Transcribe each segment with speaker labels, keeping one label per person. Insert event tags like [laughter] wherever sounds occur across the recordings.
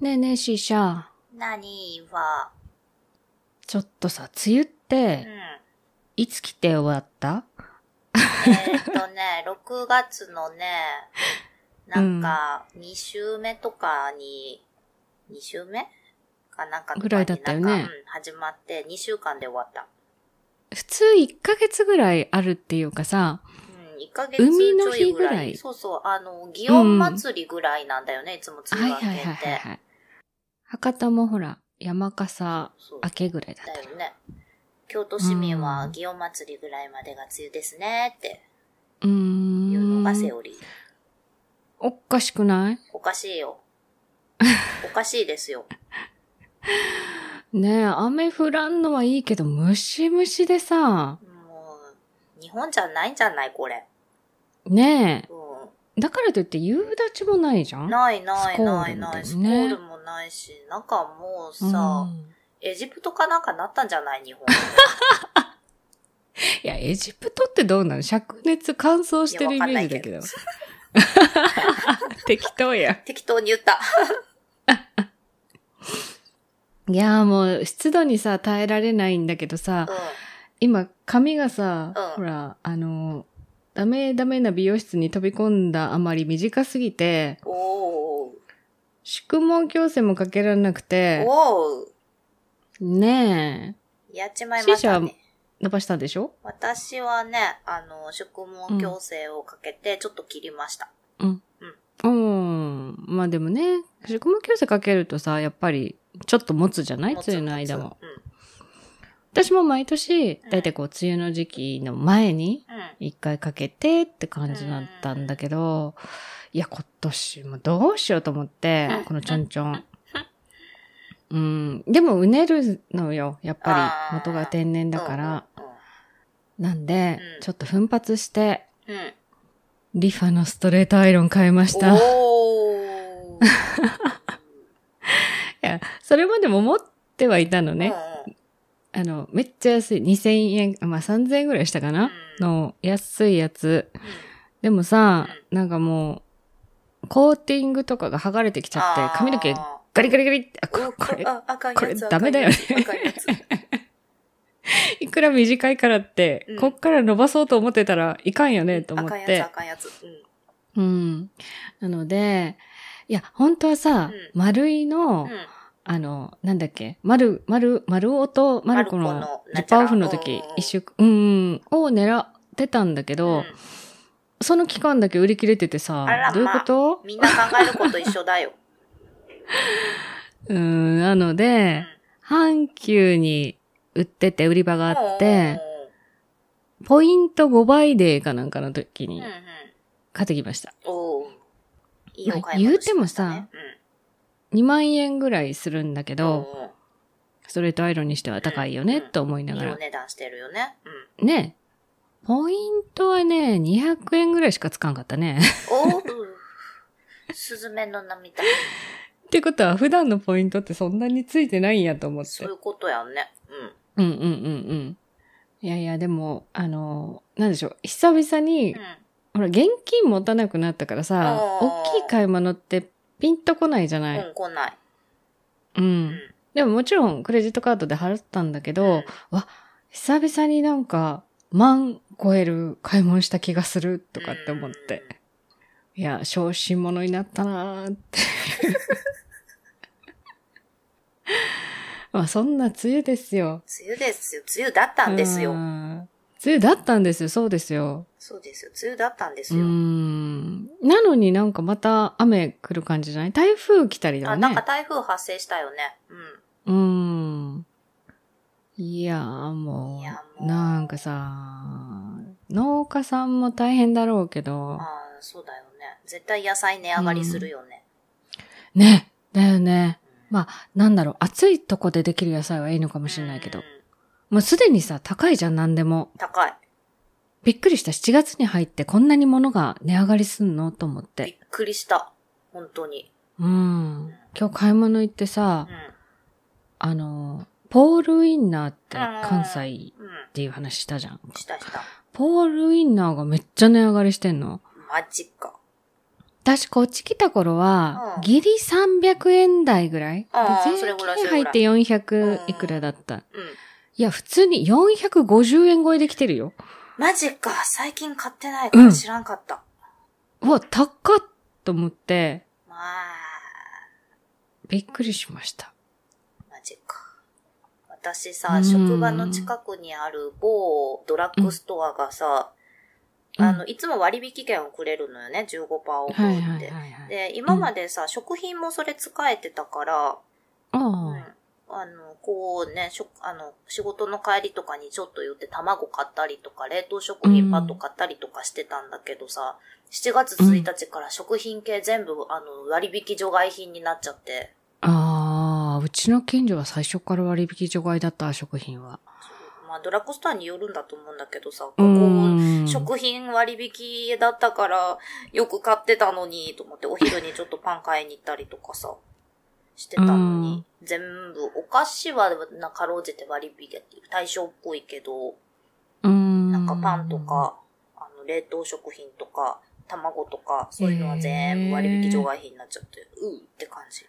Speaker 1: ねえねえ、シーシャ。
Speaker 2: 何は、
Speaker 1: ちょっとさ、梅雨っ
Speaker 2: うん。
Speaker 1: て、いつ来て終わった
Speaker 2: えーっと
Speaker 1: [laughs]
Speaker 2: ね、6月のね、なんか、2週目とかに、2週目かなんかとかに
Speaker 1: ぐらいだったよね
Speaker 2: なんかうん、始まって、2週間で終わった。
Speaker 1: 普通1ヶ月ぐらいあるっていうかさ、
Speaker 2: うん、1ヶ月ちょ
Speaker 1: 海の
Speaker 2: い
Speaker 1: 日
Speaker 2: ぐ
Speaker 1: ぐ
Speaker 2: ら
Speaker 1: ら
Speaker 2: い。
Speaker 1: い
Speaker 2: そうそう、あの、祇園祭りぐらいなんだよね、いつも梅
Speaker 1: はい
Speaker 2: 雨明
Speaker 1: は
Speaker 2: け
Speaker 1: い
Speaker 2: っ
Speaker 1: は
Speaker 2: て。
Speaker 1: いはいはい。博多もほら、山笠
Speaker 2: そう
Speaker 1: 明けぐらいだった
Speaker 2: だ
Speaker 1: の。
Speaker 2: よね。京都市民は
Speaker 1: うん
Speaker 2: 祇園祭りぐらいまでが梅雨ですねって
Speaker 1: うーん。
Speaker 2: いうのがセオリー。
Speaker 1: おかしくない
Speaker 2: おかし
Speaker 1: [laughs]
Speaker 2: いよ。おかしいですよ。
Speaker 1: ねえ、雨降らんのはいいけど、ムシムシでさ、
Speaker 2: もう、日本じゃないんじゃないこれ。
Speaker 1: ね
Speaker 2: う
Speaker 1: え、だからといって夕立ちもないじゃ
Speaker 2: ん。
Speaker 1: ん
Speaker 2: ないないないない。ス
Speaker 1: ス
Speaker 2: コ
Speaker 1: コールみたいなね
Speaker 2: ールもないし、なんかもうさ
Speaker 1: う、ん
Speaker 2: エジプトかなんかなったんじゃない日本。 [laughs]
Speaker 1: いや、エジプトってどうなの灼熱乾燥してるイメージだけ
Speaker 2: いや
Speaker 1: ど
Speaker 2: わ。
Speaker 1: [laughs] 適当や。
Speaker 2: 適当に言った。
Speaker 1: いやーもう湿度にさ、耐えられないんだけどさ、
Speaker 2: う
Speaker 1: 今髪がさ、
Speaker 2: う
Speaker 1: ほ
Speaker 2: ん
Speaker 1: ら、あの、ダメダメな美容室に飛び込んだあまり短すぎて、
Speaker 2: ん。おー。
Speaker 1: 宿毛矯正もかけられなくて、
Speaker 2: おー。
Speaker 1: ね
Speaker 2: やっちまいました
Speaker 1: シーシ
Speaker 2: ね。
Speaker 1: え、伸ばしたでしょ
Speaker 2: 私はね、あの、宿毛矯正をかけて、ちょっと切りました。
Speaker 1: うん。まあでもね、宿毛矯正かけるとさ、やっぱりちょっと持つじゃない
Speaker 2: 持つ
Speaker 1: 梅雨の間も。。
Speaker 2: 持つ
Speaker 1: 私も毎年
Speaker 2: うん、
Speaker 1: だいたいこう、梅雨の時期の前に、
Speaker 2: うん。うん。
Speaker 1: 一回かけてって感じだったんだけど、いや、今年もどうしようと思って
Speaker 2: うん、
Speaker 1: このちょんちょん。うん、でもうねるのよ、やっぱ
Speaker 2: あー
Speaker 1: り。元が天然だから。なんで
Speaker 2: うん、
Speaker 1: ちょっと奮発して、
Speaker 2: うん。うん。
Speaker 1: リファのストレートアイロン買いました。い
Speaker 2: おー。
Speaker 1: や、それまでも持ってはいたの
Speaker 2: う
Speaker 1: [laughs]
Speaker 2: ん
Speaker 1: ね。あの、めっちゃ安い。2000円、まあ3000円ぐらいしたか
Speaker 2: うん。
Speaker 1: な、の安いやつ。
Speaker 2: うん。
Speaker 1: でもさ、なんかもう、コーティングとかが剥がれてきちゃ
Speaker 2: あ
Speaker 1: っ
Speaker 2: ー
Speaker 1: て、髪の毛ガリガリガリって、あ、これ、これ、
Speaker 2: あ赤いやつ
Speaker 1: これダメだよね
Speaker 2: 赤いや
Speaker 1: [laughs]
Speaker 2: つ。赤いやつ
Speaker 1: いくら短いからって、
Speaker 2: うん
Speaker 1: こっから伸ばそうと思ってたらいかんよね、と思っ
Speaker 2: 赤いやつ、
Speaker 1: て。
Speaker 2: 赤いやつ。うん。
Speaker 1: うん。なので、いや、本当はさ、
Speaker 2: う
Speaker 1: 丸いの、
Speaker 2: うん
Speaker 1: あの、なんだっけ、丸、丸、丸尾と丸子
Speaker 2: 丸子
Speaker 1: の
Speaker 2: のなん
Speaker 1: 10
Speaker 2: ちゃ
Speaker 1: パ
Speaker 2: ら
Speaker 1: ーオフの
Speaker 2: うんう
Speaker 1: 時
Speaker 2: んうん、
Speaker 1: 一週、うん、を狙ってたんだけど、
Speaker 2: うん
Speaker 1: その期間だけ売り切れててさ
Speaker 2: あら、
Speaker 1: どういうこと、
Speaker 2: みんな考えること一緒
Speaker 1: [laughs]
Speaker 2: だよ。
Speaker 1: うん、なので、阪急に売ってて売り場があって、ポイント5倍デーかなんかの時
Speaker 2: うん、
Speaker 1: に
Speaker 2: うんうん。
Speaker 1: 買ってきました。
Speaker 2: おーいいお
Speaker 1: まあ
Speaker 2: 買い物
Speaker 1: 言うても
Speaker 2: しましたね、
Speaker 1: 2万円ぐらいするんだけ
Speaker 2: うん
Speaker 1: ど、ストレートアイロンにしては高いよね、
Speaker 2: うん
Speaker 1: と思い
Speaker 2: うん
Speaker 1: なが
Speaker 2: いいお
Speaker 1: ら。
Speaker 2: 値段してるよね。うん。
Speaker 1: ね。ポイントはね、200円ぐらいしかつかんかったね。 [laughs]
Speaker 2: おーうんスズメの
Speaker 1: [laughs]
Speaker 2: 涙。
Speaker 1: ってことは、普段のポイントってそんなについてないんやと思って。
Speaker 2: そう
Speaker 1: う
Speaker 2: いうことやね。うん。
Speaker 1: んうんうんうん。いやいや、でも、あの、なんでしょう。久々に、
Speaker 2: う
Speaker 1: ほら、現金持たなくなったからさ、
Speaker 2: あー。
Speaker 1: 大きい買い物ってピンとこないじゃなんい。
Speaker 2: うん、来ない。
Speaker 1: うん。
Speaker 2: うん。
Speaker 1: でももちろん、クレジットカードで払ったんだけど、
Speaker 2: うん
Speaker 1: 久々になんか、万超える買い物した気がするとかって思って。いや、小心者になったなーって。 [laughs] まあ、そんな梅雨ですよ。
Speaker 2: 梅雨ですよ。梅雨だったんです
Speaker 1: うー
Speaker 2: よ。
Speaker 1: ん梅雨だったんですよ。そうですよ。
Speaker 2: そうですよ。梅雨だったんです
Speaker 1: うー
Speaker 2: よ。
Speaker 1: ん。なのになんかまた雨来る感じじゃない台風来たりだ
Speaker 2: あ、
Speaker 1: よ
Speaker 2: なん
Speaker 1: ね
Speaker 2: か。台風発生したよね。
Speaker 1: うーん。いやーも
Speaker 2: いやも
Speaker 1: う、
Speaker 2: う
Speaker 1: なんかさ、農家さんも大変だろうけ
Speaker 2: う
Speaker 1: ど
Speaker 2: ん。あ、あ、そうだよね。絶対野菜値上がりするよね。
Speaker 1: ね、だよね。
Speaker 2: うん
Speaker 1: まあ、なんだろう、暑いとこでできる野菜はいいのかもしれないけ
Speaker 2: う
Speaker 1: ど
Speaker 2: ん。
Speaker 1: もうすでにさ、高いじゃん、なんでも。
Speaker 2: 高い。
Speaker 1: びっくりした。7月に入ってこんなに物が値上がりすんのと思っ。
Speaker 2: びってくりした。本当に。
Speaker 1: うん。今日買い物行って
Speaker 2: う
Speaker 1: さ
Speaker 2: ん。、
Speaker 1: あの、ポールウィンナーって関西
Speaker 2: うん
Speaker 1: っ。ていう話したじゃん。
Speaker 2: したした。
Speaker 1: ポールウィンナーがめっちゃ値上がりしてんの。
Speaker 2: マジか。
Speaker 1: 私こっち来た頃は、
Speaker 2: うん
Speaker 1: ギリ300円台ぐらい
Speaker 2: あー
Speaker 1: で
Speaker 2: それぐらい
Speaker 1: 税金
Speaker 2: それ
Speaker 1: 入
Speaker 2: ぐら
Speaker 1: っ
Speaker 2: い
Speaker 1: て
Speaker 2: うん
Speaker 1: 400いくらだった。
Speaker 2: うん。
Speaker 1: いや、普通に450円超えできてるよ。
Speaker 2: マジか。最近買ってないから知らんかった。
Speaker 1: うわ、高っと思って、
Speaker 2: まあ、
Speaker 1: びっくりしました。
Speaker 2: マジか。私さ、
Speaker 1: うん
Speaker 2: 職場の近くにある某ドラッグストアがさ、
Speaker 1: うん
Speaker 2: あの、いつも割引券をくれるのよね。15%オフって。
Speaker 1: はいはいはいはい。
Speaker 2: で、今までさ、食品もそれ使えてたから、うん
Speaker 1: あ
Speaker 2: あの、こうね、しょあの、仕事の帰りとかにちょっと寄って卵買ったりとか、冷凍食品パッと買ったりとかしてたんだけどさ、7月1日から食品系全部、あの、割引除外品になっちゃって、
Speaker 1: あ。ああ、うちの近所は最初から割引除外だった食品は。
Speaker 2: まあ、ドラッグストアによるんだと思うんだけどさ、こ
Speaker 1: う
Speaker 2: こ、
Speaker 1: ーん。
Speaker 2: 食品割引だったから、よく買ってたのに、と思って、お昼にちょっとパン買いに行ったりとかさ、してたのに、全部、お菓子はなかろうじて割引で、対象っぽいけど、
Speaker 1: うーん。
Speaker 2: なんかパンと。か、あの、冷凍食品とか、卵とか、そういうのは全部割引除外品になっちゃって、うーって感じ。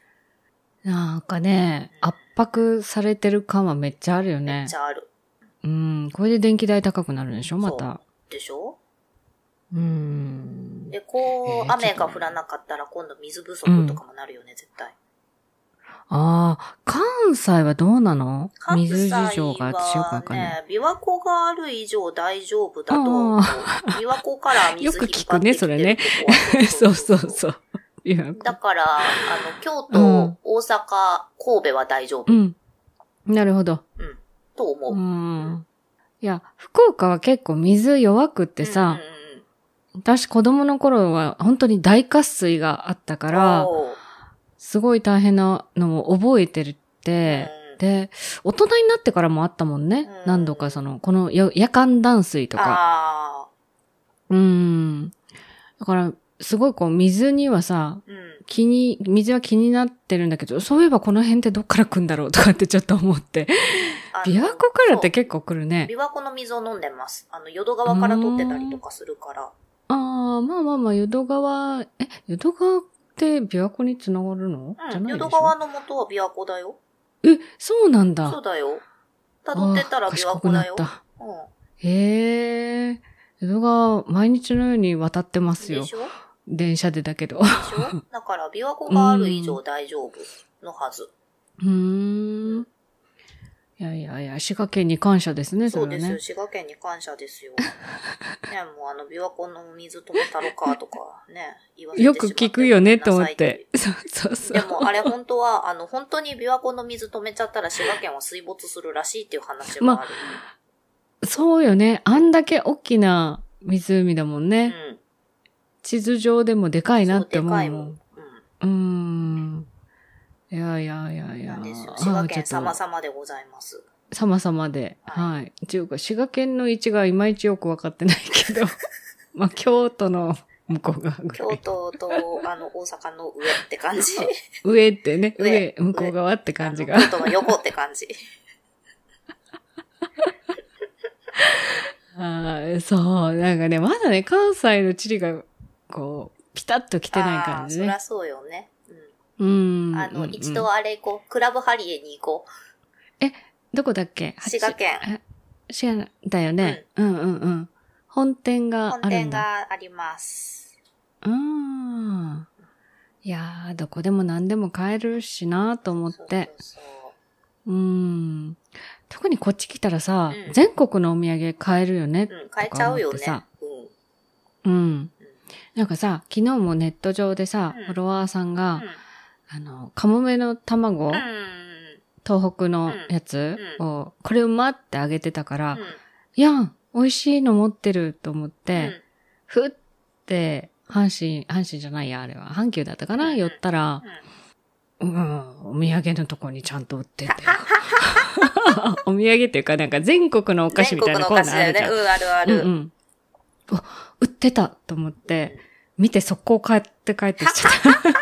Speaker 1: なんかね、圧迫されてる感はめっちゃあるよ
Speaker 2: め
Speaker 1: ね
Speaker 2: っち。ゃある。
Speaker 1: うん。これで電気代高くなるんでしょまた。
Speaker 2: でしょ
Speaker 1: うーん。
Speaker 2: で、こ
Speaker 1: え
Speaker 2: う、
Speaker 1: ー
Speaker 2: 雨が降らなかったら今度水不足とかもなるよね、絶対。
Speaker 1: ああ、関西はどうなの
Speaker 2: 関
Speaker 1: 水
Speaker 2: 西
Speaker 1: 事情が私よくわ
Speaker 2: は
Speaker 1: かんない。 [laughs]
Speaker 2: ね、琵琶湖がある以上大丈夫だと思う
Speaker 1: あ。
Speaker 2: 琵琶湖から水引っ張ってきてるとこ
Speaker 1: よく聞
Speaker 2: は
Speaker 1: くねそれねそうそうそう。いや、
Speaker 2: だから、あの、京都、
Speaker 1: うん
Speaker 2: 大阪、神戸は大丈夫
Speaker 1: うん。なるほど。
Speaker 2: と思う。
Speaker 1: う
Speaker 2: うん
Speaker 1: ん。いや、福岡は結構水弱くってさ、
Speaker 2: うんうん
Speaker 1: 私子供の頃は本当に大渇水があったから、
Speaker 2: おう
Speaker 1: すごい大変なのを覚えてるって、
Speaker 2: うん
Speaker 1: で、大人になってからもあったもんね。
Speaker 2: うん
Speaker 1: 何度かその、この夜夜間断水とか。
Speaker 2: あ
Speaker 1: うん。だから、すごいこう水にはさ、
Speaker 2: ーうん
Speaker 1: 気に、水は気になってるんだけど、そういえばこの辺ってどっから来るんだろうとかってちょっと思
Speaker 2: [laughs]
Speaker 1: って。
Speaker 2: あの
Speaker 1: 琵琶湖からって
Speaker 2: そう
Speaker 1: 結構来るね。
Speaker 2: 琵琶湖の水を飲んでます。あの、淀川から取ってたりとかするから。
Speaker 1: ああ、まあまあまあ、淀川、え、淀川って琵琶湖につながるの、じゃ
Speaker 2: うん、
Speaker 1: ないでし
Speaker 2: 淀
Speaker 1: ょ
Speaker 2: 川の元は琵琶湖だよ。
Speaker 1: え、そうなんだ。
Speaker 2: そうだよ。辿ってったら
Speaker 1: あー
Speaker 2: 琵琶湖だよ
Speaker 1: 賢く。なった。
Speaker 2: うん。
Speaker 1: へえ。江戸川、毎日のように渡ってます
Speaker 2: で
Speaker 1: よ
Speaker 2: し。ょでし
Speaker 1: 電車でだけど。 [laughs]
Speaker 2: ょだから、琵琶湖がある以上大丈夫のはず。
Speaker 1: うーん。いやいやいや、滋賀県に感謝ですね、
Speaker 2: そ
Speaker 1: そうれ
Speaker 2: で
Speaker 1: は
Speaker 2: すよ。
Speaker 1: ね。
Speaker 2: 滋賀県に感謝で
Speaker 1: [laughs]
Speaker 2: すよ。ね、もうあの、琵琶湖の水止めたろかとかね、言わせてしま
Speaker 1: よ
Speaker 2: って
Speaker 1: く聞くよね、と思って。。そうそうそう。
Speaker 2: でも、あれ本当は、あの、本当に琵琶湖の水止めちゃったら滋賀県は水没するらしいっていう話がある。
Speaker 1: そうよね。あんだけ大きな湖だもんね。
Speaker 2: うん。
Speaker 1: 地図上でもでかいなって思う
Speaker 2: そう
Speaker 1: も
Speaker 2: でかいもん。
Speaker 1: ん。うー
Speaker 2: う
Speaker 1: ん。いやいやいやい
Speaker 2: ん。な
Speaker 1: や。
Speaker 2: んですよ。
Speaker 1: あー
Speaker 2: 滋賀県様
Speaker 1: ちょっ
Speaker 2: 々でございます。
Speaker 1: と様々で。
Speaker 2: は
Speaker 1: はい。っていうか、滋賀県の位置がいまいちよくわかってないけ
Speaker 2: [laughs]
Speaker 1: ど。まあ、京都の向こう側ぐら
Speaker 2: 京
Speaker 1: い。
Speaker 2: 都と、あの、大阪の上っ
Speaker 1: [laughs]
Speaker 2: て感じ。
Speaker 1: 上ってね、
Speaker 2: 上
Speaker 1: 上、向こう側って感じが
Speaker 2: あ。の京都の横って感じ。
Speaker 1: [laughs] あーそう、なんかね、まだね、関西の地理が、こう、ピタッと来てない感じ
Speaker 2: あーそり
Speaker 1: ね
Speaker 2: ゃ。そうよね。
Speaker 1: う。
Speaker 2: うんん。あの、
Speaker 1: うんうん
Speaker 2: 一度あれ行こう。クラブハリエに行こ
Speaker 1: どこだっけ
Speaker 2: う。滋賀。県。
Speaker 1: 八滋賀だよね。うんうんうん。本店が
Speaker 2: 本
Speaker 1: あるん
Speaker 2: 店
Speaker 1: だ。
Speaker 2: があります。
Speaker 1: うん。いやー、どこでも何でも買えるしなーと思っ
Speaker 2: そうそう
Speaker 1: て。
Speaker 2: そう
Speaker 1: うん。特にこっち来たらさ、
Speaker 2: うん
Speaker 1: 全国のお土産買えるよね。
Speaker 2: うん、変えちゃうよね
Speaker 1: とか思っ。
Speaker 2: うん。
Speaker 1: うん。なんかさ、昨日もネット上でさ、
Speaker 2: うん
Speaker 1: フォロワーさんが、
Speaker 2: うん
Speaker 1: あの、カモメの卵、
Speaker 2: うんうん
Speaker 1: 東北のやつ
Speaker 2: う
Speaker 1: を、これうまってあげてたから、
Speaker 2: うん。
Speaker 1: いやん、美味しいの持ってると思っ
Speaker 2: うん
Speaker 1: て、ふって、阪神、阪神じゃないや、あれは。阪急だったかな、
Speaker 2: うん
Speaker 1: 寄ったら
Speaker 2: う、ん
Speaker 1: うん、お土産のとこにちゃんと売って
Speaker 2: [laughs]
Speaker 1: て。お土産っていうか、なんか全国のお菓子みたいなコーナーあるじゃん。
Speaker 2: うん、あるあ
Speaker 1: うんう
Speaker 2: る。
Speaker 1: ん。あ売ってたと思って、見て速攻買って帰ってきちゃ
Speaker 2: [laughs]
Speaker 1: った。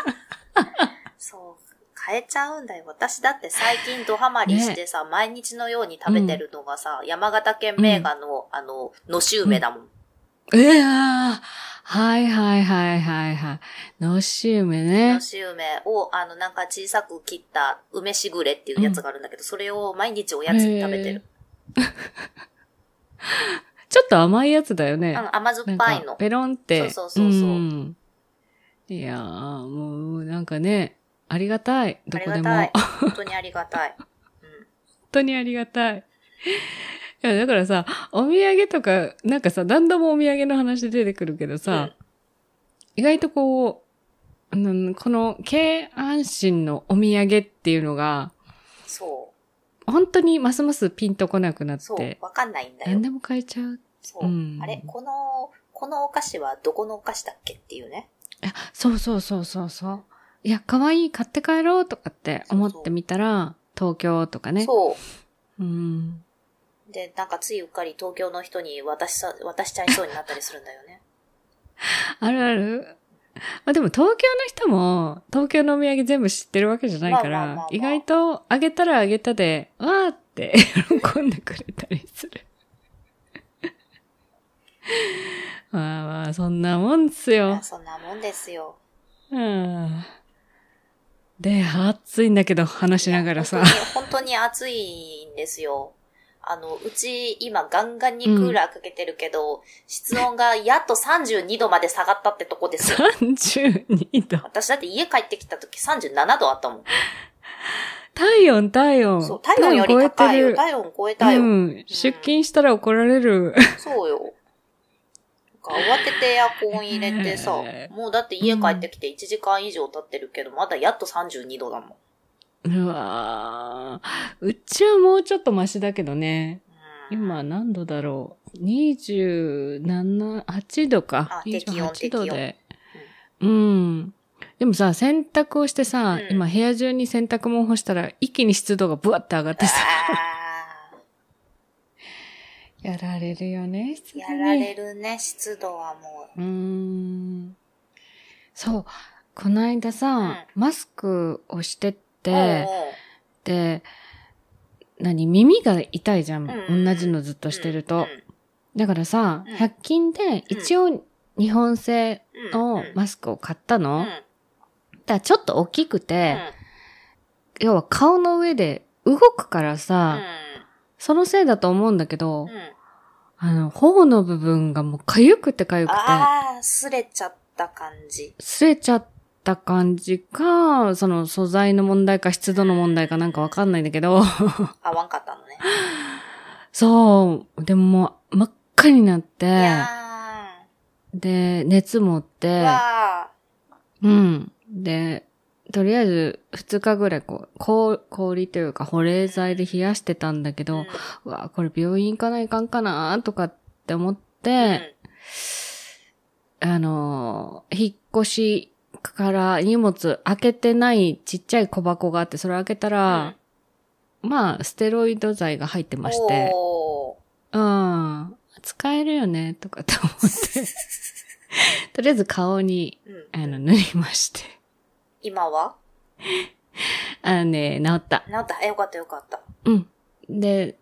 Speaker 2: そう。変えちゃうんだよ。私だって最近ドハマりしてさ、毎日のように食べてるのがさ、山形県名画の、あの、のし梅だもん。
Speaker 1: ええー、あはいはいはいはいはい。のし梅ね
Speaker 2: の。し梅を、あの、なんか小さく切った梅しぐれっていうやつがあるんだけど、それを毎日おやつに食べてる。
Speaker 1: [laughs] ちょっと甘いやつだよね。
Speaker 2: あの、甘酸
Speaker 1: な
Speaker 2: っ
Speaker 1: ん
Speaker 2: ぱ
Speaker 1: か
Speaker 2: いの。
Speaker 1: ペロンって。
Speaker 2: そうそうそうそうん
Speaker 1: いやー、もうなんかね、ありがたい。ど
Speaker 2: あり
Speaker 1: こで
Speaker 2: が
Speaker 1: も。
Speaker 2: たい
Speaker 1: 本。
Speaker 2: 本当にありがたい。
Speaker 1: 当にありがたい。いや、だからさ、お土産とか、なんかさ、何度もお土産の話出てくるけど [laughs] さ、意外とこう、うんこの、軽安心のお土産っていうのが、
Speaker 2: そ
Speaker 1: 本当にますますピンとこなくなっ
Speaker 2: う。そう
Speaker 1: て。、
Speaker 2: わかんないんだよ
Speaker 1: 何で。も買えちゃう。
Speaker 2: そう。
Speaker 1: うん
Speaker 2: あれこの、このお菓子はどこのお菓子だっけっていうね。
Speaker 1: あそうそうそうそうそう。いや、可愛い買って帰ろうとかって思ってみたら、東京とかね。
Speaker 2: そう。
Speaker 1: うん。
Speaker 2: で、なんかついうっかり東京の人に渡しさ、渡しちゃいそうになったりするんだよ
Speaker 1: [laughs]
Speaker 2: ね。
Speaker 1: あるある。まあでも東京の人も、東京のお土産全部知ってるわけじゃないか
Speaker 2: まあまあまあま
Speaker 1: ら
Speaker 2: あ、
Speaker 1: 意外とあげたらあげたで、わーって喜んでくれたりする。 [laughs] まあまあ、そんなもんっすよ
Speaker 2: あ。そんなもんですよ。
Speaker 1: うんで、暑いんだけど話しながらさ
Speaker 2: いや。本当に、本当に暑いんですよ。あの、うち今ガンガンにクーラーかけてる
Speaker 1: [laughs]
Speaker 2: けど、室温がやっと32度まで下がったってとこですよ。
Speaker 1: 32度。
Speaker 2: 私だって家帰ってきた時37度あったもん。
Speaker 1: 体温、体温。
Speaker 2: そう、体温より高いよ。体温超えたよ。
Speaker 1: うん。出勤したら怒られる。
Speaker 2: そうよ。なんか慌ててエアコン入れてさ、
Speaker 1: え
Speaker 2: もうだって家帰ってきて1時間以上経ってるけど、まだやっと32度だもん。
Speaker 1: うわーうちはもうちょっとマシだけどね。
Speaker 2: うん
Speaker 1: 今何度だろう。27、8度か
Speaker 2: あ。適温
Speaker 1: 28度で。うん。でもさ、洗濯をしてさ、
Speaker 2: うん
Speaker 1: 今部屋中に洗濯物干したら一気に湿度がブワって上がってさ。
Speaker 2: あ
Speaker 1: やられるよね、湿度
Speaker 2: ーや
Speaker 1: に
Speaker 2: られるね、湿度はも
Speaker 1: うーんそう。こないださ、
Speaker 2: うん
Speaker 1: マスクをしてっ
Speaker 2: う。
Speaker 1: て、
Speaker 2: お
Speaker 1: で、何耳が痛いじゃん。
Speaker 2: うん
Speaker 1: 同じのずっとしてると。だからさ、
Speaker 2: うん
Speaker 1: 100均で一応日本製のマスクを買ったの。
Speaker 2: うん、
Speaker 1: だからちょっと大きく
Speaker 2: うん、
Speaker 1: て、要は顔の上で動くから
Speaker 2: うん、
Speaker 1: さ、そのせいだと思うんだけど、
Speaker 2: うん、うん。
Speaker 1: あの、頬の部分がもう痒くて痒くて。
Speaker 2: ああ、擦れちゃった感じ。
Speaker 1: 擦れちゃった感じか、その素材の問題か湿度の問題かなんかわかんないんだけど、
Speaker 2: 合わんかったのね。
Speaker 1: そう、でももう真っ赤になっ
Speaker 2: い
Speaker 1: て、
Speaker 2: や
Speaker 1: で、熱持っ
Speaker 2: ー。う
Speaker 1: て、
Speaker 2: わ
Speaker 1: うん。で、とりあえず2日ぐらいこう、氷氷というか保冷剤で冷やしてたんだけ
Speaker 2: ー。うん
Speaker 1: ど、うわ、これ病院行かないかんかなとかって思っ
Speaker 2: うん
Speaker 1: て、あのー、引っ越しから荷物開けてないちっちゃい小箱があって、それ開けたら、まあ、ステロイド剤が入ってまして、
Speaker 2: お
Speaker 1: うん、使えるよね、とかと思
Speaker 2: [laughs]
Speaker 1: って。とりあえず顔に、
Speaker 2: ーうん
Speaker 1: あの、塗りまして。
Speaker 2: 今は
Speaker 1: あのね、治った。
Speaker 2: なんだ、よかったよかった。
Speaker 1: うん。で、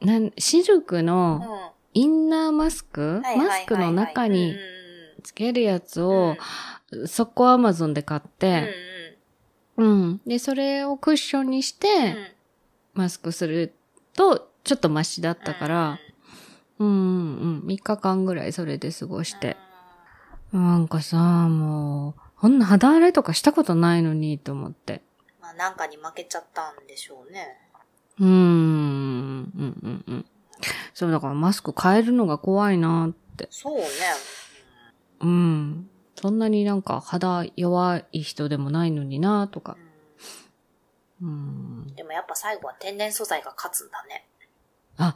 Speaker 1: なん、シルク
Speaker 2: うん。
Speaker 1: の
Speaker 2: は
Speaker 1: インナーマスク、
Speaker 2: いはいはい
Speaker 1: マ
Speaker 2: はい
Speaker 1: スクの中につけるやつ
Speaker 2: うんうんうん、
Speaker 1: を、そこアマゾンで買っ
Speaker 2: うんうん
Speaker 1: て、うん。で、それをクッションにして、
Speaker 2: うんうん
Speaker 1: マスクすると、ちょっとマシだったから、うんうんうん、3日間ぐらいそれで過ごして。なんかさ、もう、こんな肌荒れとかしたことないのに、と思って。
Speaker 2: うんまあなんかに負けちゃったんでしょうね。
Speaker 1: うーん、うんうんうん。そう、だからマスク変えるのが怖いなって。
Speaker 2: そうね。
Speaker 1: うん。そんなになんか肌弱い人でもないのになとか
Speaker 2: う。ん
Speaker 1: うん。
Speaker 2: でもやっぱ最後は天然素材が勝つんだね。
Speaker 1: や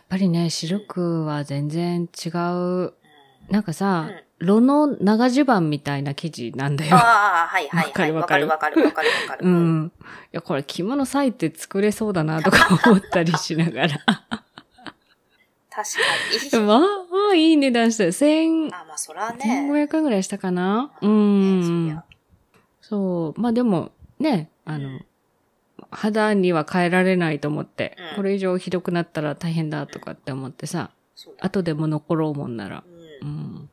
Speaker 1: っぱりね、シルクは全然違う。なんか
Speaker 2: うん
Speaker 1: さ、炉の長襦袢みたいな生地なんだよ。
Speaker 2: ああ、はいはいはい。わ
Speaker 1: わ
Speaker 2: か
Speaker 1: か
Speaker 2: る
Speaker 1: る
Speaker 2: わ
Speaker 1: わ
Speaker 2: かるわかるわかる。
Speaker 1: う。ん。いや、これ着物裂いて作れそうだなとか思ったりしながら。 [laughs] ま
Speaker 2: 確か
Speaker 1: あ、
Speaker 2: に。
Speaker 1: まあいい値段したよ。千、
Speaker 2: あまあそら
Speaker 1: 千五
Speaker 2: ね。
Speaker 1: 百円ぐらいしたかなう
Speaker 2: うん。
Speaker 1: ん。そう。まあでも、ね、あ
Speaker 2: う
Speaker 1: の
Speaker 2: ん、
Speaker 1: 肌には変えられないと思って、
Speaker 2: うん
Speaker 1: これ以上ひどくなったら大変だとかって思ってさ、
Speaker 2: そうだ。
Speaker 1: 後でも残ろうもんなら。
Speaker 2: う。
Speaker 1: うんん。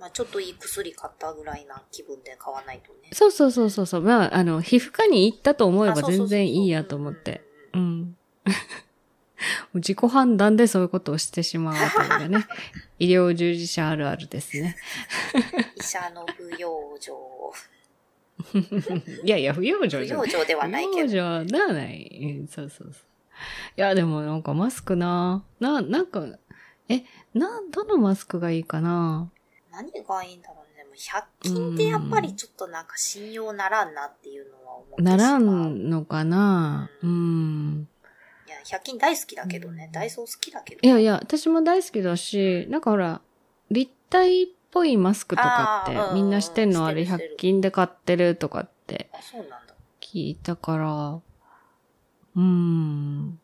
Speaker 2: まあちょっといい薬買ったぐらいな気分で買わないとね。
Speaker 1: そうそうそうそうそう。まあ、あの、皮膚科に行ったと思えば
Speaker 2: あそうそうそうそ
Speaker 1: 全
Speaker 2: う
Speaker 1: 然いいやと思って。。
Speaker 2: う
Speaker 1: うんん。 [laughs] もう自己判断でそういうことをしてしまうわけが
Speaker 2: [laughs]
Speaker 1: ね。医療従事者あるあるですね。
Speaker 2: 医者の不養生。
Speaker 1: いやいや、不養
Speaker 2: 不
Speaker 1: [laughs] 生じゃ
Speaker 2: 養
Speaker 1: ない。
Speaker 2: 生ではない
Speaker 1: 不
Speaker 2: け
Speaker 1: 養
Speaker 2: ど。
Speaker 1: 生ではない。うんそうそうそう。いや、でもなんかマスクなな、なんか、え、な、どのマスクがいいかな
Speaker 2: 何がいいんだろうね。でも100均ってやっぱりちょっとなんか信用ならんなっていうのは思ってし
Speaker 1: な
Speaker 2: まう。
Speaker 1: ら
Speaker 2: い
Speaker 1: んのかなうん。
Speaker 2: や、100均大好きだけどね。ダイソー好きだけど。
Speaker 1: いやいや、私も大好きだし、なんかほら、立体っぽいマスクとか
Speaker 2: あ
Speaker 1: っ
Speaker 2: ーうん
Speaker 1: て、みんなしてんのあれ
Speaker 2: してるしてる
Speaker 1: 100均で買ってるとかって
Speaker 2: あ、そうなんだ。
Speaker 1: 聞いたから、うーん。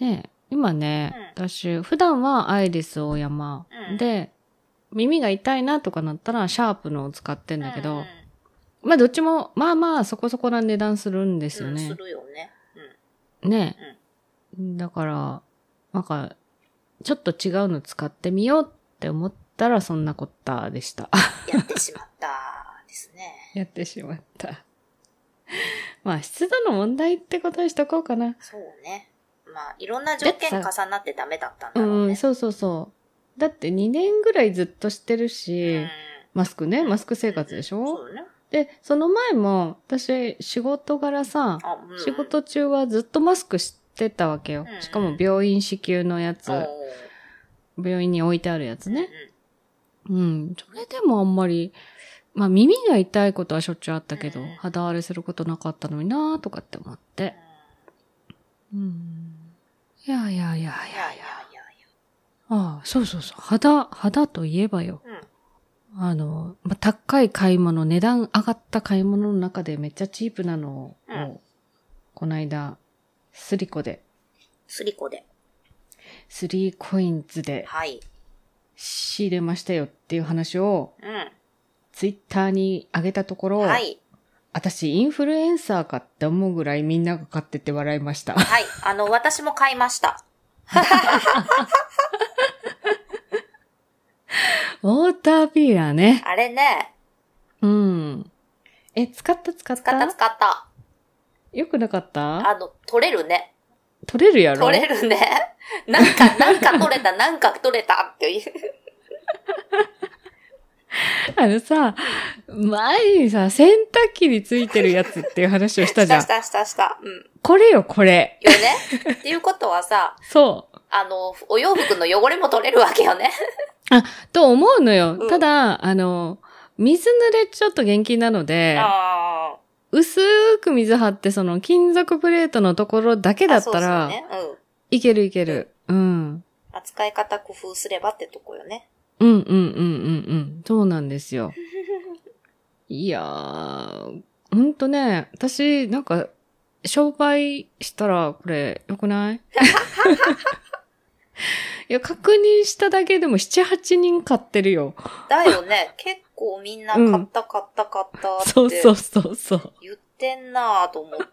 Speaker 1: ねえ今ね、私、普段はアイリスオーヤマ
Speaker 2: うん
Speaker 1: で、耳が痛いなとかなったら、シャープのを使ってんだけ
Speaker 2: うんう
Speaker 1: ど
Speaker 2: ん、
Speaker 1: まあどっちも、まあまあそこそこな値段するんですよ
Speaker 2: うん、
Speaker 1: ね。
Speaker 2: するよね。
Speaker 1: ね、だから、なんか、ちょっと違うの使ってみようって思ったら、そんなこったでした。
Speaker 2: うん。やってしまったですね。
Speaker 1: やってしまった。 [laughs] まあ、湿度の問題ってことにしとこうかな。
Speaker 2: そうね。まあ、いろんな条件重なってダメだったんだ
Speaker 1: う、
Speaker 2: ろうんね。
Speaker 1: そうそうそう。だって2年ぐらいずっとしてるし、
Speaker 2: うん
Speaker 1: マスクね、マスク生活でしょ、
Speaker 2: そうね。
Speaker 1: で、その前も、私、仕事柄さ、
Speaker 2: あ、うん
Speaker 1: 仕事中はずっとマスクしてたわけよ。
Speaker 2: うん
Speaker 1: しかも病院支給のやつ、
Speaker 2: おー
Speaker 1: 病院に置いてあるやつね。
Speaker 2: うん
Speaker 1: うん。それでもあんまり、まあ耳が痛いことはしょっちゅうあったけど
Speaker 2: うん、
Speaker 1: 肌荒れすることなかったのになーとかって思って。うん。いやいやいやいやいや
Speaker 2: いやいやいやい。
Speaker 1: ああ、そうそうそう。肌、肌といえばよ。
Speaker 2: や。うん。
Speaker 1: あの、まあ、高い買い物、値段上がった買い物の中でめっちゃチープなのを、
Speaker 2: うん
Speaker 1: この間、スリコで、
Speaker 2: スリコで。
Speaker 1: スリーコインズで
Speaker 2: はい。
Speaker 1: 仕入れましたよっていう話を、
Speaker 2: う
Speaker 1: ツイッターに上げたところ、
Speaker 2: ん。はい。
Speaker 1: 私、インフルエンサーかって思うぐらいみんなが買ってて笑いま [laughs] した。
Speaker 2: はい。あの、私も買いました。
Speaker 1: ウォーターピーラーね。
Speaker 2: あれね。
Speaker 1: うん。え、使った使った
Speaker 2: 使った使った。
Speaker 1: よくなかった
Speaker 2: あの、取れるね。
Speaker 1: 取れるやろ
Speaker 2: 取れるね。 [laughs] なんか、なんか取れた、なんか取れたっていう。
Speaker 1: [laughs] あのさ、前にさ、洗濯機についてるやつっていう話をした
Speaker 2: し
Speaker 1: じゃ
Speaker 2: た
Speaker 1: ん
Speaker 2: し。たしたした。うん。
Speaker 1: これよ、これ。
Speaker 2: よ
Speaker 1: [laughs]
Speaker 2: ね。っていうことはさ、
Speaker 1: そう。
Speaker 2: あの、お洋服の汚れも取れるわけよね。
Speaker 1: と思うのよ。
Speaker 2: うん
Speaker 1: ただ、あの、水濡れちょっと厳禁なので、
Speaker 2: ああ。
Speaker 1: 薄く水張って、その金属プレートのところだけだったら、
Speaker 2: あそうそうね。うん。
Speaker 1: いけるいける。うん。
Speaker 2: 扱い方工夫すればってとこよね。
Speaker 1: うんうんうんうんうん。そうなんです
Speaker 2: [laughs]
Speaker 1: よ。いやー、ほんとね、私、なんか、商売したら、これ、良く
Speaker 2: [laughs]
Speaker 1: ないいや、確認しただけでも7、8人買ってるよ。
Speaker 2: だよ
Speaker 1: [laughs]
Speaker 2: ね。結構みんな買った買った買ったって。
Speaker 1: そうそうそうそう。
Speaker 2: 言ってんなぁ
Speaker 1: [laughs]
Speaker 2: と思って。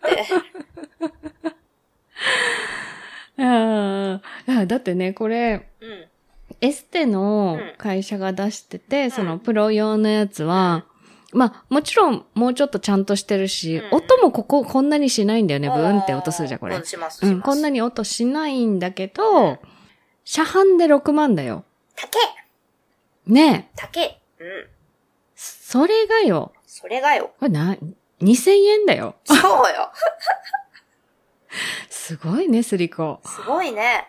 Speaker 1: あーだってね、これ、
Speaker 2: うん。
Speaker 1: エステの
Speaker 2: うん
Speaker 1: 会社が出してて、そうの
Speaker 2: ん
Speaker 1: プロ用のやつは、まあ、もちろん、もうちょっとちゃんとしてるし、
Speaker 2: うん
Speaker 1: 音もここ、こんなにしないんだよね。ブーンって音するじゃん、こ
Speaker 2: う
Speaker 1: れ
Speaker 2: ん、。します、
Speaker 1: うん、こんな
Speaker 2: に。
Speaker 1: に音しないんだけど、車販で6万だよ。
Speaker 2: 竹
Speaker 1: ねえ。
Speaker 2: 竹うん。
Speaker 1: それがよ、
Speaker 2: それがよ。
Speaker 1: これな、2000円だよ。
Speaker 2: そう
Speaker 1: [laughs]
Speaker 2: よ。
Speaker 1: すごいね、スリコ。
Speaker 2: すごいね。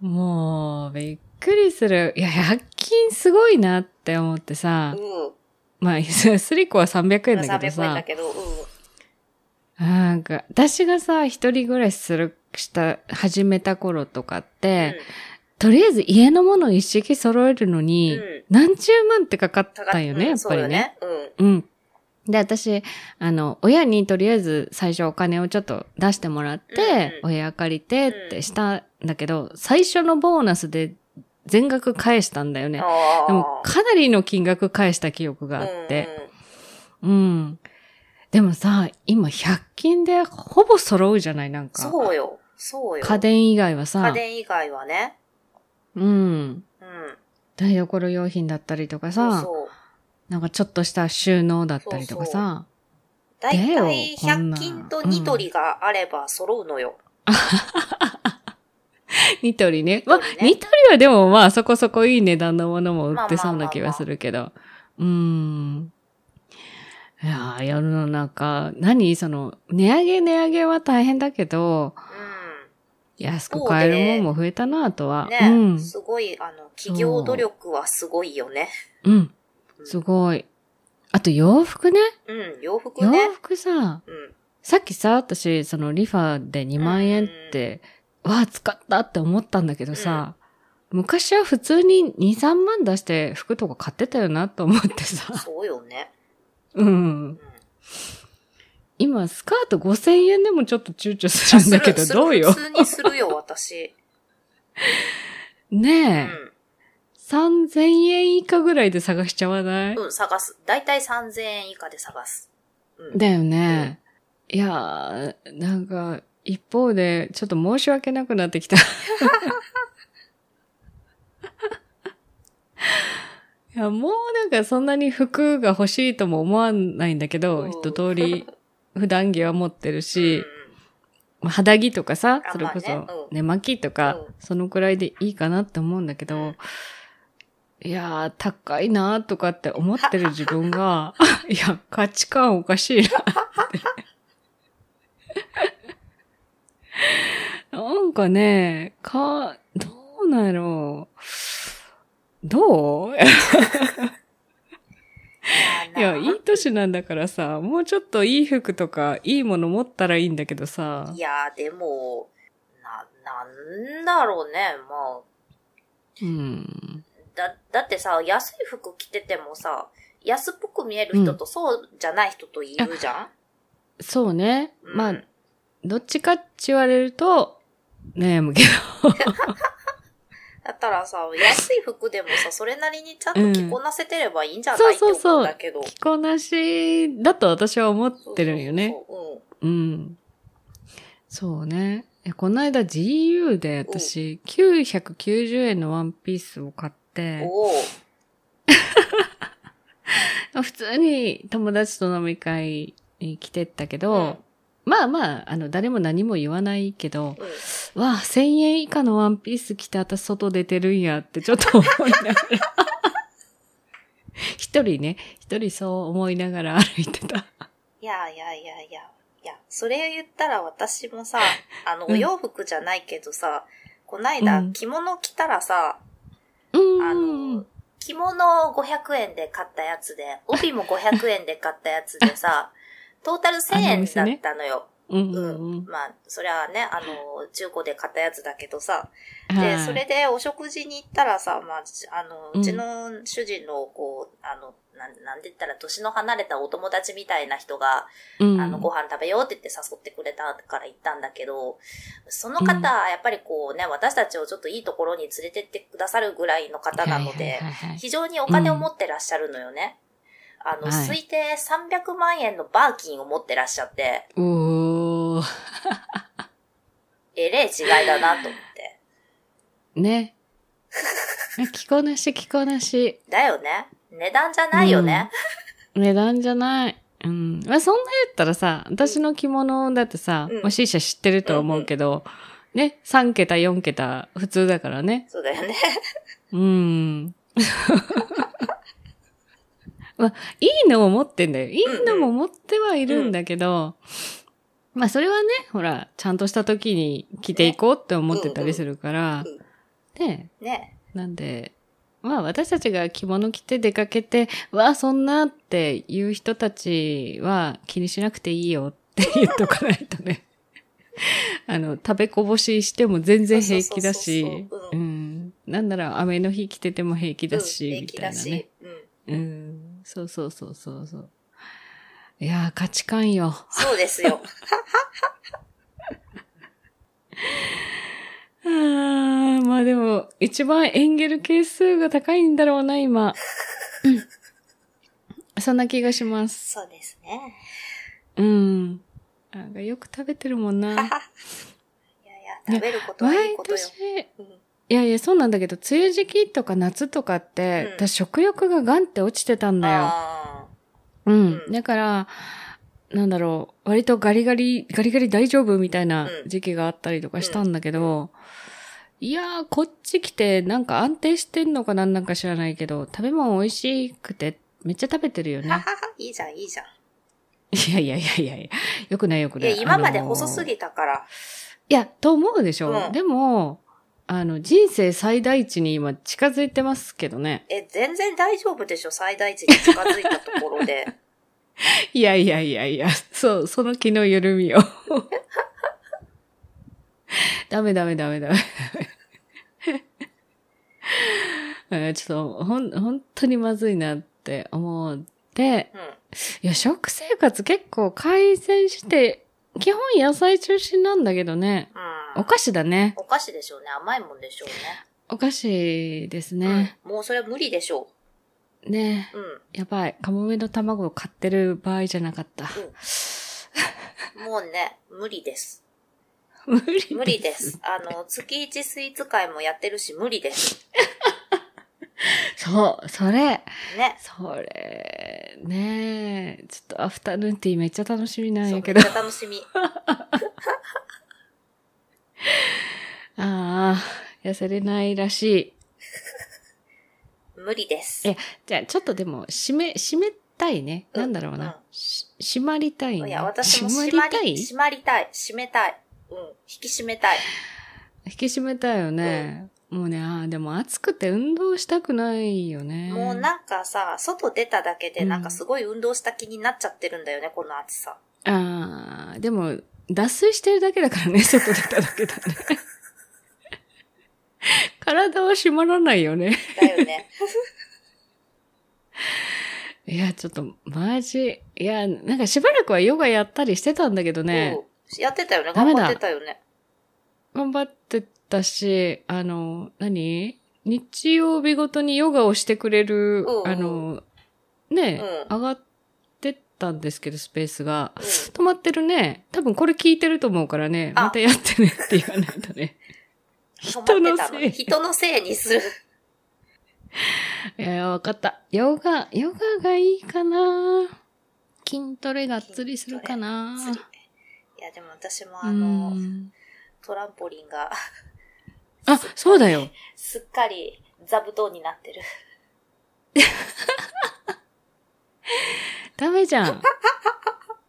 Speaker 1: もう、びっくりする。いや、100均すごいなって思って
Speaker 2: う
Speaker 1: さ
Speaker 2: ん。。
Speaker 1: まあ、 [laughs] スリコは300円だけど
Speaker 2: 300円だ
Speaker 1: さ。
Speaker 2: けど、うん。
Speaker 1: なんか、私がさ、一人暮らしする、した、始めた頃とかって、とりあえず家のもの一式揃えるのに、
Speaker 2: うん
Speaker 1: 何十万ってかかっ
Speaker 2: 高
Speaker 1: たよね、やっぱりね。。
Speaker 2: うんそうよね
Speaker 1: うん。で、私、あの、親にとりあえず最初お金をちょっと出してもらって、
Speaker 2: う
Speaker 1: お
Speaker 2: ん
Speaker 1: 部屋借りてってしたんだけど、最初のボーナスで全額返したんだよ
Speaker 2: うん。
Speaker 1: ね。
Speaker 2: ああ。
Speaker 1: でも、かなりの金額返した記憶があって。うん、でもさ、今、100均でほぼ揃うじゃないなんか。
Speaker 2: そうよ。そうよ。
Speaker 1: 家電以外は
Speaker 2: 家
Speaker 1: さ。
Speaker 2: 電以外はね。
Speaker 1: うん。
Speaker 2: うん。
Speaker 1: 台所用品だったりとかさ、
Speaker 2: そうそう
Speaker 1: なんかちょっとした収納だったりとかさ、
Speaker 2: だいたい
Speaker 1: だよこん
Speaker 2: 100
Speaker 1: なん
Speaker 2: 均とニトリがあれば揃うのよ。
Speaker 1: ニトリね。まあ
Speaker 2: ニトリ、ね
Speaker 1: ニトリはでもまあそこそこいい値段のものも売ってそうな気はするけど。うーん。いやー、世の中、何その、値上げ値上げは大変だけど、安く買えるもんも増えたなと
Speaker 2: うん。
Speaker 1: は。
Speaker 2: ね、
Speaker 1: うん。
Speaker 2: すごい、あの、企業努力はすごいよね。
Speaker 1: うん。
Speaker 2: うん
Speaker 1: すごい。あと洋服ね。
Speaker 2: うん、洋服
Speaker 1: 洋
Speaker 2: ね。
Speaker 1: 服さ、
Speaker 2: うん。
Speaker 1: さっきさ、私、そのリファで2万円って、わあ、使ったって思ったんだけどさ、昔は普通に2、3万出して服とか買ってたよなと思ってさ。
Speaker 2: そうよね。
Speaker 1: [laughs] うん。
Speaker 2: [laughs] うん
Speaker 1: 今、スカート5000円でもちょっと躊躇するんだけど、
Speaker 2: する
Speaker 1: どうよ
Speaker 2: 普。通にする
Speaker 1: [laughs]
Speaker 2: よ、私。う
Speaker 1: ねえ、
Speaker 2: ん。
Speaker 1: 3000円以下ぐらいで探しちゃわない、
Speaker 2: うん、探す。だいたい3000円以下で探す。うん。
Speaker 1: だよね。いやー、なんか、一方で、ちょっと申し訳なくなって
Speaker 2: [laughs]
Speaker 1: きた。いや、もうなんかそんなに服が欲しいとも思わないんだけ
Speaker 2: う
Speaker 1: ど、
Speaker 2: ん
Speaker 1: 一通り普段着は持ってる
Speaker 2: う
Speaker 1: し
Speaker 2: ん、
Speaker 1: まあ肌着とかさ
Speaker 2: あ、
Speaker 1: それこそ、
Speaker 2: まあね
Speaker 1: ね
Speaker 2: うん
Speaker 1: 巻きとか、
Speaker 2: うん
Speaker 1: そのくらいでいいかなって思うんだけど、
Speaker 2: うん
Speaker 1: いやー、高いなーとかって思ってる自分
Speaker 2: [laughs]
Speaker 1: が、いや、価値観おかしいなって。なんかね、か、どうなんやろう。どういや、いい年なんだからさ、もうちょっといい服とか、いいもの持ったらいいんだけどさ。
Speaker 2: いや、でも、な、なんだろうね。ま
Speaker 1: うん。
Speaker 2: あ、だ、だってさ、安い服着ててもさ、安っぽく見える人とそうじゃない人といるじゃん、
Speaker 1: そうね。
Speaker 2: うん
Speaker 1: まあ、どっちかって言われると、悩むけど。
Speaker 2: だったらさ、安い服でもさ、それなりにちゃんと着こなせてればいいんじゃな
Speaker 1: そう
Speaker 2: いって
Speaker 1: そう
Speaker 2: 思う
Speaker 1: そ
Speaker 2: ん
Speaker 1: う
Speaker 2: だけど。
Speaker 1: 着こなしだと私は思ってるんよね。
Speaker 2: そうそうそう。うん。
Speaker 1: うん。そうね。えこの間 GU で私、990円のワンピースを買って、
Speaker 2: おー
Speaker 1: 普通に友達と飲み会に来てったけど、まあまあ、あの、誰も何も言わないけど、
Speaker 2: うん。
Speaker 1: わあ、1000円以下のワンピース着て私外出てるんやってちょっと思いながら。一人ね、一人そう思いながら歩いてた。
Speaker 2: いやいやいやいや。いや、それ言ったら私
Speaker 1: [laughs]
Speaker 2: もさ、あの、
Speaker 1: うん
Speaker 2: お洋服じゃないけどさ、こないだ
Speaker 1: うん
Speaker 2: 着物着たらさ、
Speaker 1: う
Speaker 2: あ
Speaker 1: ー
Speaker 2: の
Speaker 1: ん。、
Speaker 2: 着物を500円で買ったやつで、帯も500円で買ったやつ
Speaker 1: [laughs]
Speaker 2: でさ、トータル1000
Speaker 1: あのお
Speaker 2: 円
Speaker 1: 店
Speaker 2: だっ
Speaker 1: ね
Speaker 2: たのよ。
Speaker 1: うん
Speaker 2: う
Speaker 1: うん
Speaker 2: ん。まあ、そりゃね、あの、中古で買ったやつだけどさ。
Speaker 1: うん。
Speaker 2: で、
Speaker 1: はい
Speaker 2: それでお食事に行ったらさ、まあ、じあの、
Speaker 1: うん
Speaker 2: うちの主人の、こう、あの、なん、なんて言ったら、年の離れたお友達みたいな人が、
Speaker 1: うん
Speaker 2: あの、ご飯食べようって言って誘ってくれたから行ったんだけど、その方、
Speaker 1: うん
Speaker 2: やっぱりこうね、私たちをちょっといいところに連れてってくださるぐらいの方なの
Speaker 1: はい
Speaker 2: で
Speaker 1: は、いはいはい
Speaker 2: 非常にお金を持ってらっしゃるのよね。あの、
Speaker 1: はい
Speaker 2: 推定300万円のバーキンを持ってらっしゃって、
Speaker 1: おー。
Speaker 2: えれえ違いだなと思って。
Speaker 1: ね。着こなし着こなし。
Speaker 2: だよね。値段じゃないよね。
Speaker 1: 値段じゃない。うん。まあ、そんな言ったらさ、私の着物だってさ、
Speaker 2: うん
Speaker 1: もう C 社知ってると思うけど、ね、3桁4桁普通だからね。
Speaker 2: そうだよね。
Speaker 1: うん。 [laughs] まあ、いいのも持ってんだよ。いいのも持ってはいるんだけど、まあそれはね、ほら、ちゃんとした時に着ていこうって思ってたりするから
Speaker 2: うんうん、
Speaker 1: ね、
Speaker 2: ね。
Speaker 1: なんで、まあ私たちが着物着て出かけて、わあ、そんなっていう人たちは気にしなくていいよって言っとかないとね。 [laughs] あの、食べこぼししても全然平気だし
Speaker 2: そうそう
Speaker 1: う
Speaker 2: そう、そううん
Speaker 1: ん。なんなら雨の日着てても平気だし、
Speaker 2: うん
Speaker 1: みたいなね。。
Speaker 2: 平気だしう
Speaker 1: う
Speaker 2: ん。
Speaker 1: ん。そうそうそうそうそう。いやー、価値観よ。
Speaker 2: そうです
Speaker 1: [laughs]
Speaker 2: よ。
Speaker 1: あーまあでも、一番エンゲル係数が高いんだろうな、今。うんそんな気がします。
Speaker 2: そうですね。
Speaker 1: うん。 [laughs] なんかよく食べてるもんな。
Speaker 2: いやいや、食べることはいいことよ。
Speaker 1: 毎年、
Speaker 2: うん
Speaker 1: いやいや、そうなんだけど、梅雨時期とか夏とかって、
Speaker 2: うん
Speaker 1: 私食欲がガンって落ちてたんだよ。
Speaker 2: あ
Speaker 1: うん。
Speaker 2: うん
Speaker 1: だから、なんだろう、割とガリガリ、ガリガリ大丈夫みたいな
Speaker 2: うん
Speaker 1: 時期があったりとかしたんだけど、いやー、こっち来てなんか安定してんのかなんなんか知らないけど、食べ物美味しくて、めっちゃ食べてるよ
Speaker 2: ーは
Speaker 1: ね。
Speaker 2: はは、いいじゃん、いいじゃん。
Speaker 1: いやいやいやいやいや、よくないよく
Speaker 2: い
Speaker 1: な
Speaker 2: や、
Speaker 1: い。
Speaker 2: 今まで
Speaker 1: あのー
Speaker 2: 細すぎたから。
Speaker 1: いや、と思うでしょ、
Speaker 2: うん
Speaker 1: でも、あの、人生最大値に今近づいてますけどね。
Speaker 2: え、全然大丈夫でしょ最大値に近づいたところ
Speaker 1: [laughs]
Speaker 2: で。
Speaker 1: いやいやいやいや、そう、その気の緩みを。 [laughs] ダメダメダメダメ。 [laughs] えーちょっと、ほん、本当にまずいなって思って、
Speaker 2: うん。
Speaker 1: いや、食生活結構改善して、基本野菜中心なんだけどね。
Speaker 2: う
Speaker 1: お
Speaker 2: ん。
Speaker 1: 菓子だね。
Speaker 2: お菓子でしょうね。甘いもんでしょうね。
Speaker 1: お菓子ですね。
Speaker 2: うん。もうそれは無理でしょ
Speaker 1: ね [laughs]
Speaker 2: う。うん。
Speaker 1: やばい。カモメの卵を買ってる場合じゃなかった。
Speaker 2: もうね、無理です。
Speaker 1: 無理。
Speaker 2: 無理です。あの、月一スイーツ会もやってるし、無理です。
Speaker 1: そう、それ。
Speaker 2: ね。
Speaker 1: それ、ねえ。ちょっとアフタヌーンティーめっちゃ楽しみなん
Speaker 2: そうめ
Speaker 1: や
Speaker 2: っ
Speaker 1: けど。
Speaker 2: ち
Speaker 1: あ
Speaker 2: ゃ楽しみ。
Speaker 1: あ、痩せれないらしい。
Speaker 2: 無理です。
Speaker 1: えじゃあ、ちょっとでも、締め、締めたいね。
Speaker 2: うん
Speaker 1: なんだろうな。
Speaker 2: うん
Speaker 1: し締まりたいね。
Speaker 2: いや、私も
Speaker 1: 締
Speaker 2: 締
Speaker 1: ま
Speaker 2: ま
Speaker 1: りたい
Speaker 2: り、締まりたい。締めたい。うん。引き締めたい。
Speaker 1: 引き締めたいよね。もうね、ああ、でも暑くて運動したくないよね。
Speaker 2: もうなんかさ、外出ただけで
Speaker 1: うん
Speaker 2: なんかすごい運動した気になっちゃってるんだよね、この暑さ。
Speaker 1: ああ、でも、脱水してるだけだからね、 [laughs] 外出ただけだ
Speaker 2: [laughs]
Speaker 1: ね。体は締まらないよね。
Speaker 2: だよね。
Speaker 1: いや、ちょっと、マジ。いや、なんかしばらくはヨガやったりしてたんだけど [laughs] ね、
Speaker 2: うんやってたよね、
Speaker 1: ダメ
Speaker 2: 頑
Speaker 1: だ
Speaker 2: 張ってたよね。
Speaker 1: 頑張ってたし、あの、何日曜日ごとにヨガをしてくれる、
Speaker 2: うんうん
Speaker 1: あの、ね、
Speaker 2: う
Speaker 1: 上がってったんですけど、スペースが。
Speaker 2: うん
Speaker 1: 止まってるね。多分これ聞いてると思うからね、
Speaker 2: あ
Speaker 1: またやってねって言わないと
Speaker 2: [laughs]
Speaker 1: ね。
Speaker 2: 止まって
Speaker 1: 人の
Speaker 2: たの
Speaker 1: せい
Speaker 2: 人のせいにする。
Speaker 1: いや、わかった。ヨガ、ヨガがいいかな筋トレがっつりするかな
Speaker 2: 釣り [laughs] いや、でも私も
Speaker 1: う
Speaker 2: あの、
Speaker 1: ん。
Speaker 2: トランポリンが [laughs]
Speaker 1: あ、そうだよ。
Speaker 2: すっかり座布団になってる。
Speaker 1: ダメじゃん。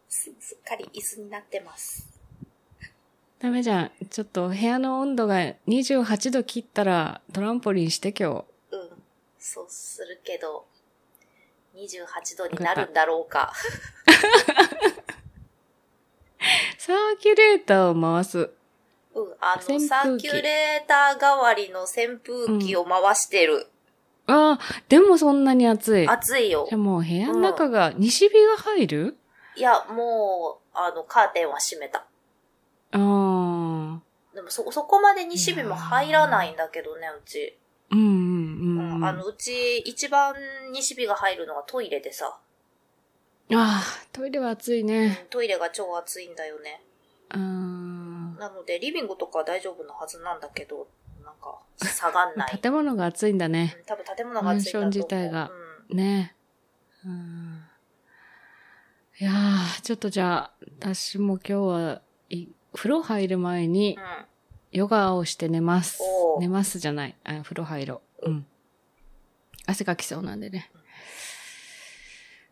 Speaker 2: すすっかり椅子になってます。
Speaker 1: ダメじゃん。ちょっと部屋の温度が28度切ったらトランポリンして今
Speaker 2: うん。そうするけど、28度になるんだろうか。
Speaker 1: 日。サーキュレーターを回す。
Speaker 2: うん。あ
Speaker 1: 扇風
Speaker 2: の、
Speaker 1: 機
Speaker 2: サーキュレーター代わりの扇風機を回してる。
Speaker 1: ああ、でもそんなに暑い。
Speaker 2: 暑いよ
Speaker 1: じゃあ。もう部屋の中が、西日が入る
Speaker 2: いや、もう、あの、カーテンは閉めた。
Speaker 1: ああ。
Speaker 2: でもそ、そこまで西日も入らないんだけどね、うち。
Speaker 1: うん
Speaker 2: う。
Speaker 1: うんうん、うんん。
Speaker 2: あの、うち、一番西日が入るのはトイレでさ。
Speaker 1: あートイレは暑いね。
Speaker 2: トイレが超暑いんだよね。
Speaker 1: あー
Speaker 2: なので、リビングとかは大丈夫なはずなんだけど、なんか、下がんない。
Speaker 1: 建物が暑いんだね。
Speaker 2: うん多分建物が暑いんだと思う。
Speaker 1: マンション自体がねえ。うん。いやー、ちょっとじゃあ、私も今日は、い風呂入る前に
Speaker 2: うん。うん。
Speaker 1: ヨガをして寝ます
Speaker 2: お。ー
Speaker 1: 寝ますじゃない。あ風呂入ろう。う。
Speaker 2: うん
Speaker 1: 汗かきそうなんでね。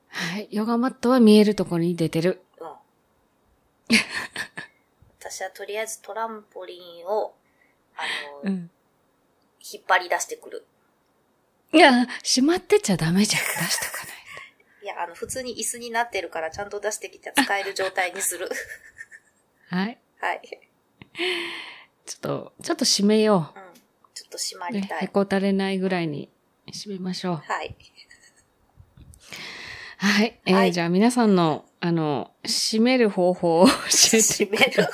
Speaker 1: はい。ヨガマットは見えるところに出てる。
Speaker 2: うん。 [laughs] 私はとりあえずトランポリンを、あの、
Speaker 1: ん。
Speaker 2: 引っ張り出してくる。
Speaker 1: いや、しまってちゃダメじゃん。出しとかない。
Speaker 2: いや、あの、普通に椅子になってるから、ちゃんと出してきて使える状態に
Speaker 1: [laughs]
Speaker 2: する。
Speaker 1: はい。
Speaker 2: はい。
Speaker 1: ちょっと、ちょっと締めよ
Speaker 2: うん。ちょっと締ま
Speaker 1: う。
Speaker 2: り
Speaker 1: ね
Speaker 2: た、
Speaker 1: へ
Speaker 2: い。
Speaker 1: こたれないぐらいに締めましょう。 [laughs]
Speaker 2: はい。
Speaker 1: はい。えー
Speaker 2: はい
Speaker 1: じゃあ皆さんの、あの、締める方法を教えて。
Speaker 2: 締
Speaker 1: [laughs]
Speaker 2: める。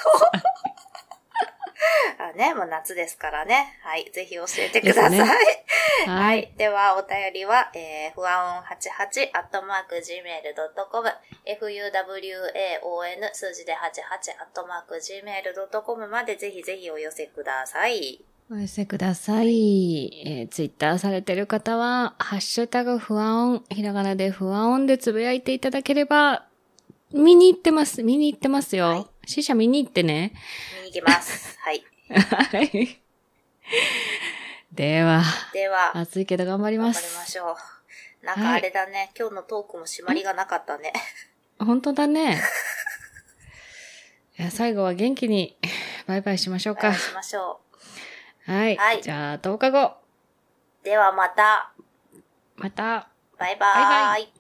Speaker 2: あね、もう夏ですからね。はい。ぜひ教えてください。
Speaker 1: ですね
Speaker 2: [laughs] は
Speaker 1: はい。
Speaker 2: い。では、お便りは、えー、ふわおん88、アットマーク、gmail.com、fuwaon、数字で88、アットマーク、gmail.com までぜひぜひお寄せください。
Speaker 1: お寄せください。えツイッター Twitter されてる方は、ハッシュタグ不安音、ひらがなで不安音でつぶやいていただければ、見に行ってます。見に行ってますよ。
Speaker 2: はい
Speaker 1: 死者見に行ってね。
Speaker 2: 見に行きます。
Speaker 1: [laughs]
Speaker 2: はい。
Speaker 1: はい。では、
Speaker 2: では、頑
Speaker 1: 暑いけど頑張り
Speaker 2: 張り
Speaker 1: ま。
Speaker 2: ますしょう。なんかあれだね、今日のトークも締まりがなかったね。
Speaker 1: 本当だね。いや最後は元気に、バイバイしましょう
Speaker 2: お会
Speaker 1: か
Speaker 2: い。しましょ
Speaker 1: はい。
Speaker 2: はい
Speaker 1: じゃあ、10日後、
Speaker 2: う。ではまた、
Speaker 1: また。
Speaker 2: バイバ
Speaker 1: バイバ
Speaker 2: ーイ